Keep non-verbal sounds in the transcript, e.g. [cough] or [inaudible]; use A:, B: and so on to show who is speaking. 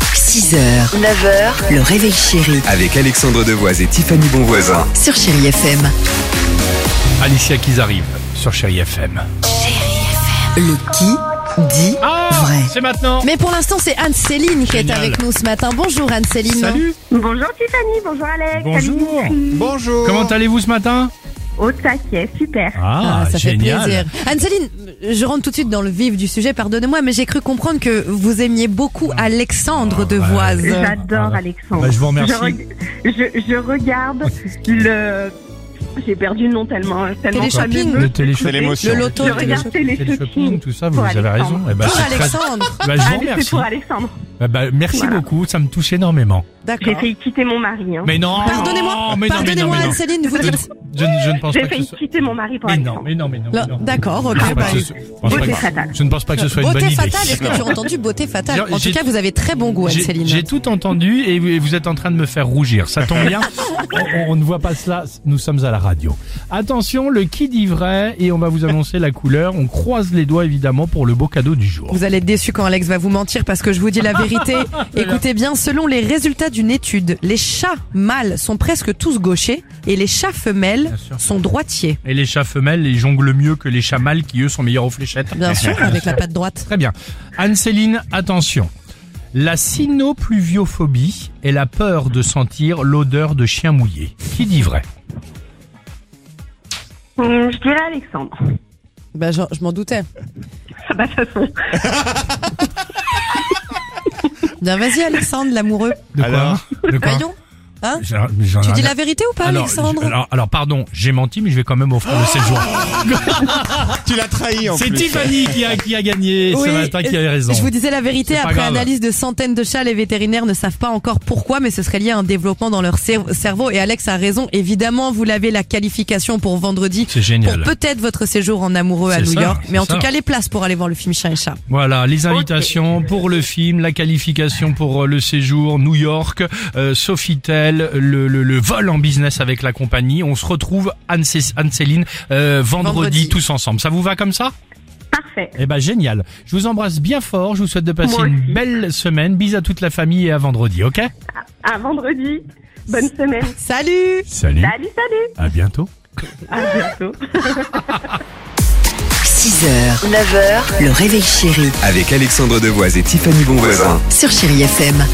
A: 6h, 9h, le réveil chéri
B: Avec Alexandre Devoise et Tiffany Bonvoisin.
A: sur Chéri FM.
C: Alicia Keys arrive sur Chéri FM.
A: Le qui dit vrai.
C: Ah, c'est maintenant.
D: Mais pour l'instant, c'est Anne-Céline qui est
C: Génial.
D: avec nous ce matin. Bonjour Anne-Céline.
C: Salut.
E: Bonjour Tiffany, bonjour Alex.
C: Bonjour.
E: salut Dimitri.
B: Bonjour.
C: Comment allez-vous ce matin
E: Au taquet, super.
C: Ah,
D: Ah, ça
C: génial.
D: fait plaisir. Anne-Céline, je rentre tout de suite dans le vif du sujet, pardonnez-moi, mais j'ai cru comprendre que vous aimiez beaucoup Alexandre
C: Ah,
D: Devoise.
C: ouais.
E: J'adore
C: Ah,
E: Alexandre.
C: bah, je vous remercie.
E: Je, reg- je- je regarde le. J'ai perdu le nom tellement. tellement
D: Téléshopping.
E: fameux.
C: Le téléshopping.
D: Le loto.
E: Je regarde
C: Le shopping,
E: Téléshopping.
C: tout ça, vous
E: Pour
C: avez
E: Alexandre.
C: raison. Eh ben,
D: Pour
C: c'est très-
D: Alexandre.
C: Bah, je vous
E: Allez, Ah, c'est
C: remercie.
E: pour Alexandre.
C: Bah, bah, merci
E: Voilà.
C: beaucoup, ça me touche énormément.
E: J'ai
D: D'accord.
E: failli quitter mon mari. hein.
C: Ah. Mais non,
D: Pardonnez-moi,
C: Oh, mais non, mais non,
D: pardonnez-moi
C: mais non.
D: Anne-Céline, vous
C: Je,
D: dites.
C: je ne- je ne pense
E: J'ai
C: pas que ce
E: failli
C: soit.
E: quitter mon mari pour
C: Mais non,
E: Alexandre.
C: mais non, mais non. mais non.
D: D'accord, ok.
C: Je ne pense
D: bah,
C: pas que ce- je pense pas
E: Beauté
C: que-
E: fatale.
C: Je ne pense pas que ce soit une bonne
D: Beauté
C: idée.
D: fatale, est-ce que tu as entendu beauté fatale En
C: J'ai-
D: tout cas, vous avez très bon goût,
C: J'ai- J'ai
D: Anne-Céline.
C: tout entendu et vous- et vous êtes en train de me faire rougir. Ça tombe
D: [laughs]
C: bien. on, on ne voit pas cela. Nous sommes à la radio. Attention, le qui dit vrai et on va vous annoncer la couleur. On croise les doigts évidemment pour le beau cadeau du jour.
D: Vous allez être déçu quand Alex va vous mentir parce que je vous dis la vérité. Écoutez bien, selon les résultats d'une étude, les chats mâles sont presque tous gauchers et les chats femelles
C: Bien sûr.
D: sont droitiers.
C: Et les chats femelles, les jonglent mieux que les chats mâles qui eux sont meilleurs aux fléchettes. [laughs]
D: Bien sûr, avec la patte droite.
C: Très bien. Anne-Céline, attention. La cynopluviophobie est la peur de sentir l'odeur de chien mouillé. Qui dit vrai
E: Hum, Je dirais Alexandre.
D: Bah, je, je m'en doutais.
E: Ah bah, de toute façon.
D: Bien, vas-y, Alexandre, l'amoureux.
C: De quoi
B: Alors
C: De quoi
D: Voyons. Hein
C: J'en- j'en ai
D: Tu dis
C: rien
D: la vérité ou pas,
C: alors,
D: Alexandre Ah,
C: je- alors, alors, pardon, j'ai menti, mais je vais quand même offrir le séjour.
B: Tu l'as trahi en
C: C'est
B: plus.
C: Tiffany qui a, qui a gagné
D: Oui,
C: ce matin, qui avait raison.
D: Je vous disais la vérité,
C: C'est pas
D: après
C: grave.
D: analyse de centaines de chats, les vétérinaires ne savent pas encore pourquoi, mais ce serait lié à un développement dans leur cer- cerveau. Et Alex a raison, évidemment, vous l'avez la qualification pour vendredi.
C: C'est génial.
D: Pour peut-être votre séjour en amoureux à
C: C'est
D: New
C: ça,
D: York,
C: c'est
D: mais en
C: ça.
D: tout cas les places pour aller voir le film Chat et Chat.
C: Voilà, les invitations pour le film, la qualification pour euh, le séjour, New York, euh, Sofitel, le, le, le vol en business avec la compagnie. On se retrouve, Anne-Cé- Anne-Céline, euh, vendredi,
D: Vendredi.
C: tous ensemble. Ça vous va comme ça
E: Parfait.
C: Eh ben génial. Je vous embrasse bien fort. Je vous souhaite de passer
E: Moi
C: une
E: aussi.
C: belle semaine. Bisous à toute la famille et à vendredi, ok
E: À vendredi. Bonne
C: [laughs]
E: semaine.
D: Salut
C: Salut.
E: Salut, salut.
C: À bientôt.
E: À bientôt.
A: 6h, 9h, le réveil chéri
B: Avec Alexandre Devoise et Tiffany Bonvoisin.
A: sur Chéri FM.